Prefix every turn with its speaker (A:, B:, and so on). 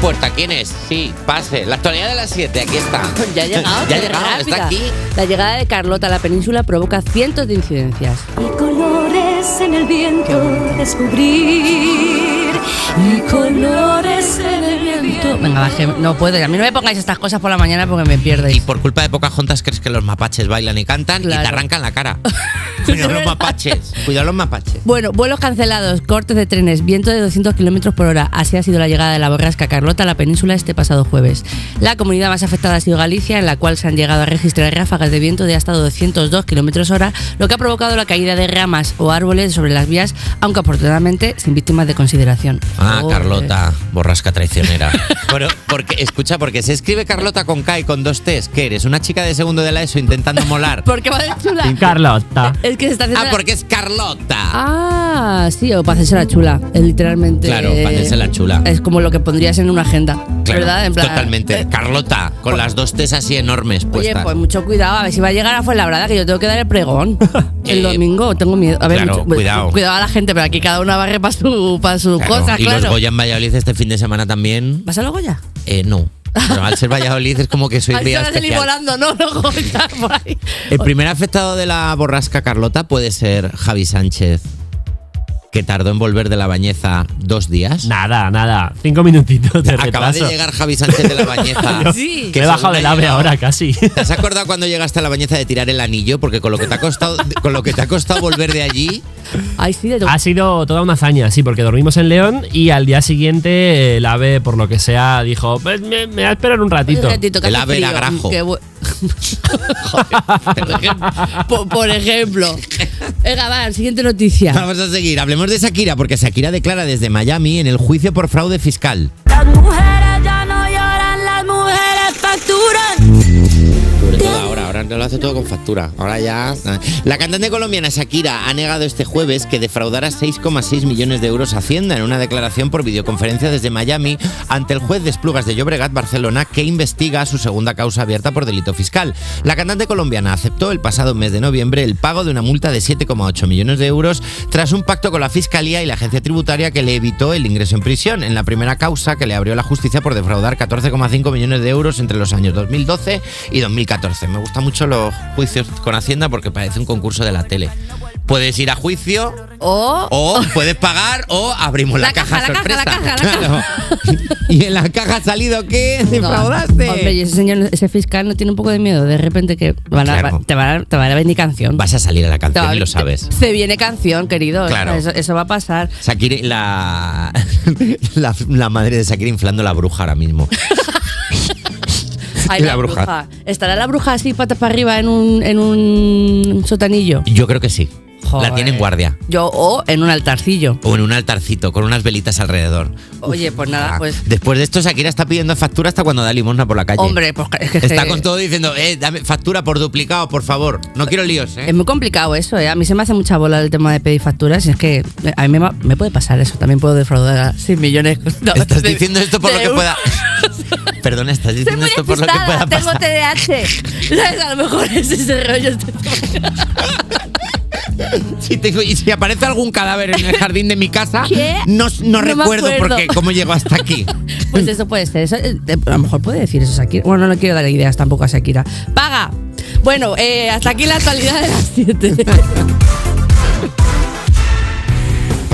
A: puerta, ¿quién es? Sí, pase. La actualidad de las 7, aquí está.
B: Pues Ya ha llegado,
A: ya ha
B: qué
A: llegado, está
B: rápida.
A: aquí.
B: La llegada de Carlota a la península provoca cientos de incidencias.
C: Y colores en el viento descubrir. Y colores en el viento.
B: Venga, baje, no puedo. A mí no me pongáis estas cosas por la mañana porque me
A: Y
B: pierdes.
A: por culpa de Pocahontas crees que los mapaches bailan y cantan y te
B: Pues Claro.
A: arrancan la cara. Cuidado los mapaches. Cuidado los mapaches.
B: Bueno, vuelos cancelados, cortes de trenes, viento de 200 kilómetros por hora. Así ha sido la llegada de la borrasca Carlota a la península este pasado jueves. La comunidad más afectada ha sido Galicia, en la cual se han llegado a registrar ráfagas de viento de hasta 202 kilómetros hora, lo que ha provocado la caída de ramas o árboles sobre las vías, aunque afortunadamente sin víctimas de consideración.
A: Ah,
B: Joder.
A: Carlota, borrasca traicionera. Bueno, porque, escucha, porque se escribe Carlota con K y con dos T's. ¿Qué eres? Una chica de segundo de la ESO intentando molar.
B: ¿Por qué va de chula?
D: Carlota.
B: Es que se está haciendo.
A: Ah,
B: la-
A: porque es Carlota.
B: Ah, sí, o para hacerse la chula, es literalmente.
A: Claro, para hacerse la chula.
B: Es como lo que pondrías en una agenda,
A: Claro,
B: Ah, ¿verdad? En plan,
A: totalmente.
B: eh,
A: Carlota, con las dos T's así enormes
B: Oye,
A: puestas.
B: pues mucho cuidado, a ver si va a llegar a Fuenlabrada, que yo tengo que dar el pregón. El
A: Eh,
B: domingo, tengo miedo. A ver,
A: claro,
B: mucho-
A: cuidado.
B: Cuidado a la gente, pero aquí cada una barre para su, para sus
A: Claro,
B: cosas,
A: y los
B: claro.
A: Goya en Valladolid este fin de semana también,
B: ¿Vas a los Goya?
A: eh, no. Pero al ser Valladolid es como que soy
B: Ahí se
A: día
B: van a salir
A: especial.
B: volando, ¿no? Los Goya, por ahí.
A: El primer afectado de la borrasca Carlota puede ser Javi Sánchez, que tardó en volver de la bañeza dos días.
D: Nada, nada. Cinco minutitos de
A: Acaba de
D: retraso.
A: llegar Javi Sánchez de la bañeza.
B: Sí.
D: Que he
A: según
D: bajado
A: ha
D: del ave
A: llegado-
D: ahora casi.
A: ¿Te has acordado cuando llegaste a la bañeza de tirar el anillo? Porque con lo que te ha costado, con lo que te ha costado volver de allí,
B: Ay, sí, de
A: Ah,
D: Ha sido toda una hazaña, sí, porque dormimos en León y al día siguiente eh, el ave, por lo que sea, dijo, "Pues me, me voy a esperar un ratito.
B: Un ratito, que
A: El
B: hace
A: ave era
B: frío.
A: grajo.
B: Qué bu- Joder, por, ejem- por- por ejemplo. Venga, va, siguiente noticia.
A: Vamos a seguir. Hablemos de Shakira, porque Shakira declara desde Miami en el juicio por fraude fiscal.
C: Las mujeres ya no lloran, las mujeres facturan.
A: ahora, ahora no lo hace todo con factura. Ahora ya. ah. La cantante colombiana Shakira ha negado este jueves que defraudara 6,6 millones de euros a Hacienda en una declaración por videoconferencia desde Miami ante el juez de Esplugas de Llobregat, Barcelona, que investiga su segunda causa abierta por delito fiscal. La cantante colombiana aceptó el pasado mes de noviembre el pago de una multa de 7,8 millones de euros tras un pacto con la Fiscalía y la agencia tributaria que le evitó el ingreso en prisión en la primera causa que le abrió la justicia por defraudar 14,5 millones de euros entre los años 2012 y 2014. Me gustan mucho los juicios con Hacienda porque parece un concurso de la tele. Puedes ir a juicio
B: O
A: o puedes pagar o abrimos la,
B: La caja, la caja,
A: sorpresa.
B: la caja, la caja.
A: Claro. Y en la caja ha salido que defraudaste.
B: No, hombre, y ese señor, ese fiscal no tiene un poco de miedo. De repente que van a-
A: Claro.
B: te, van a, te van a venir canción.
A: Vas a salir a la
B: Te va a-
A: canción y lo sabes.
B: Se viene canción, querido.
A: Claro.
B: Eso, eso va a pasar.
A: Shakira, la, la, la madre de Shakira inflando la bruja ahora mismo.
B: Ay,
A: Y la bruja.
B: ¿Estará la bruja así patas para arriba en un, en un sotanillo?
A: Yo creo que sí. La
B: Joder.
A: tienen guardia.
B: Yo, o en un altarcillo.
A: O en un altarcito con unas velitas alrededor.
B: Oye, pues nada,
A: Ah,
B: pues.
A: Después de esto, Shakira está pidiendo factura hasta cuando da limosna por la calle.
B: Hombre, pues es que
A: Está
B: que-
A: con todo diciendo, eh, dame factura por duplicado, por favor. No quiero líos,
B: Es
A: ¿eh?
B: muy complicado eso, ¿eh? A mí se me hace mucha bola el tema de pedir facturas. y Es que eh, a mí me, va- me puede pasar eso. También puedo defraudar a 6 millones. no,
A: Estás
B: de-
A: diciendo esto por lo
B: de
A: que
B: euros.
A: pueda. Perdona, estás
B: Estoy
A: diciendo
B: muy
A: esto por lo que pueda
B: despistada, tengo
A: pasar.
B: TDAH. ¿Sabes? A lo mejor es ese rollo. este-
A: Si, tengo- y si aparece algún cadáver en el jardín de mi casa,
B: ¿Qué?
A: no, no
B: No me
A: recuerdo
B: acuerdo.
A: porque cómo llegó hasta aquí.
B: Pues eso puede ser. eso, eh, a lo mejor puede decir eso Shakira. Bueno, no quiero dar ideas tampoco a Shakira. ¡Paga! Bueno, eh, hasta aquí la actualidad de las 7.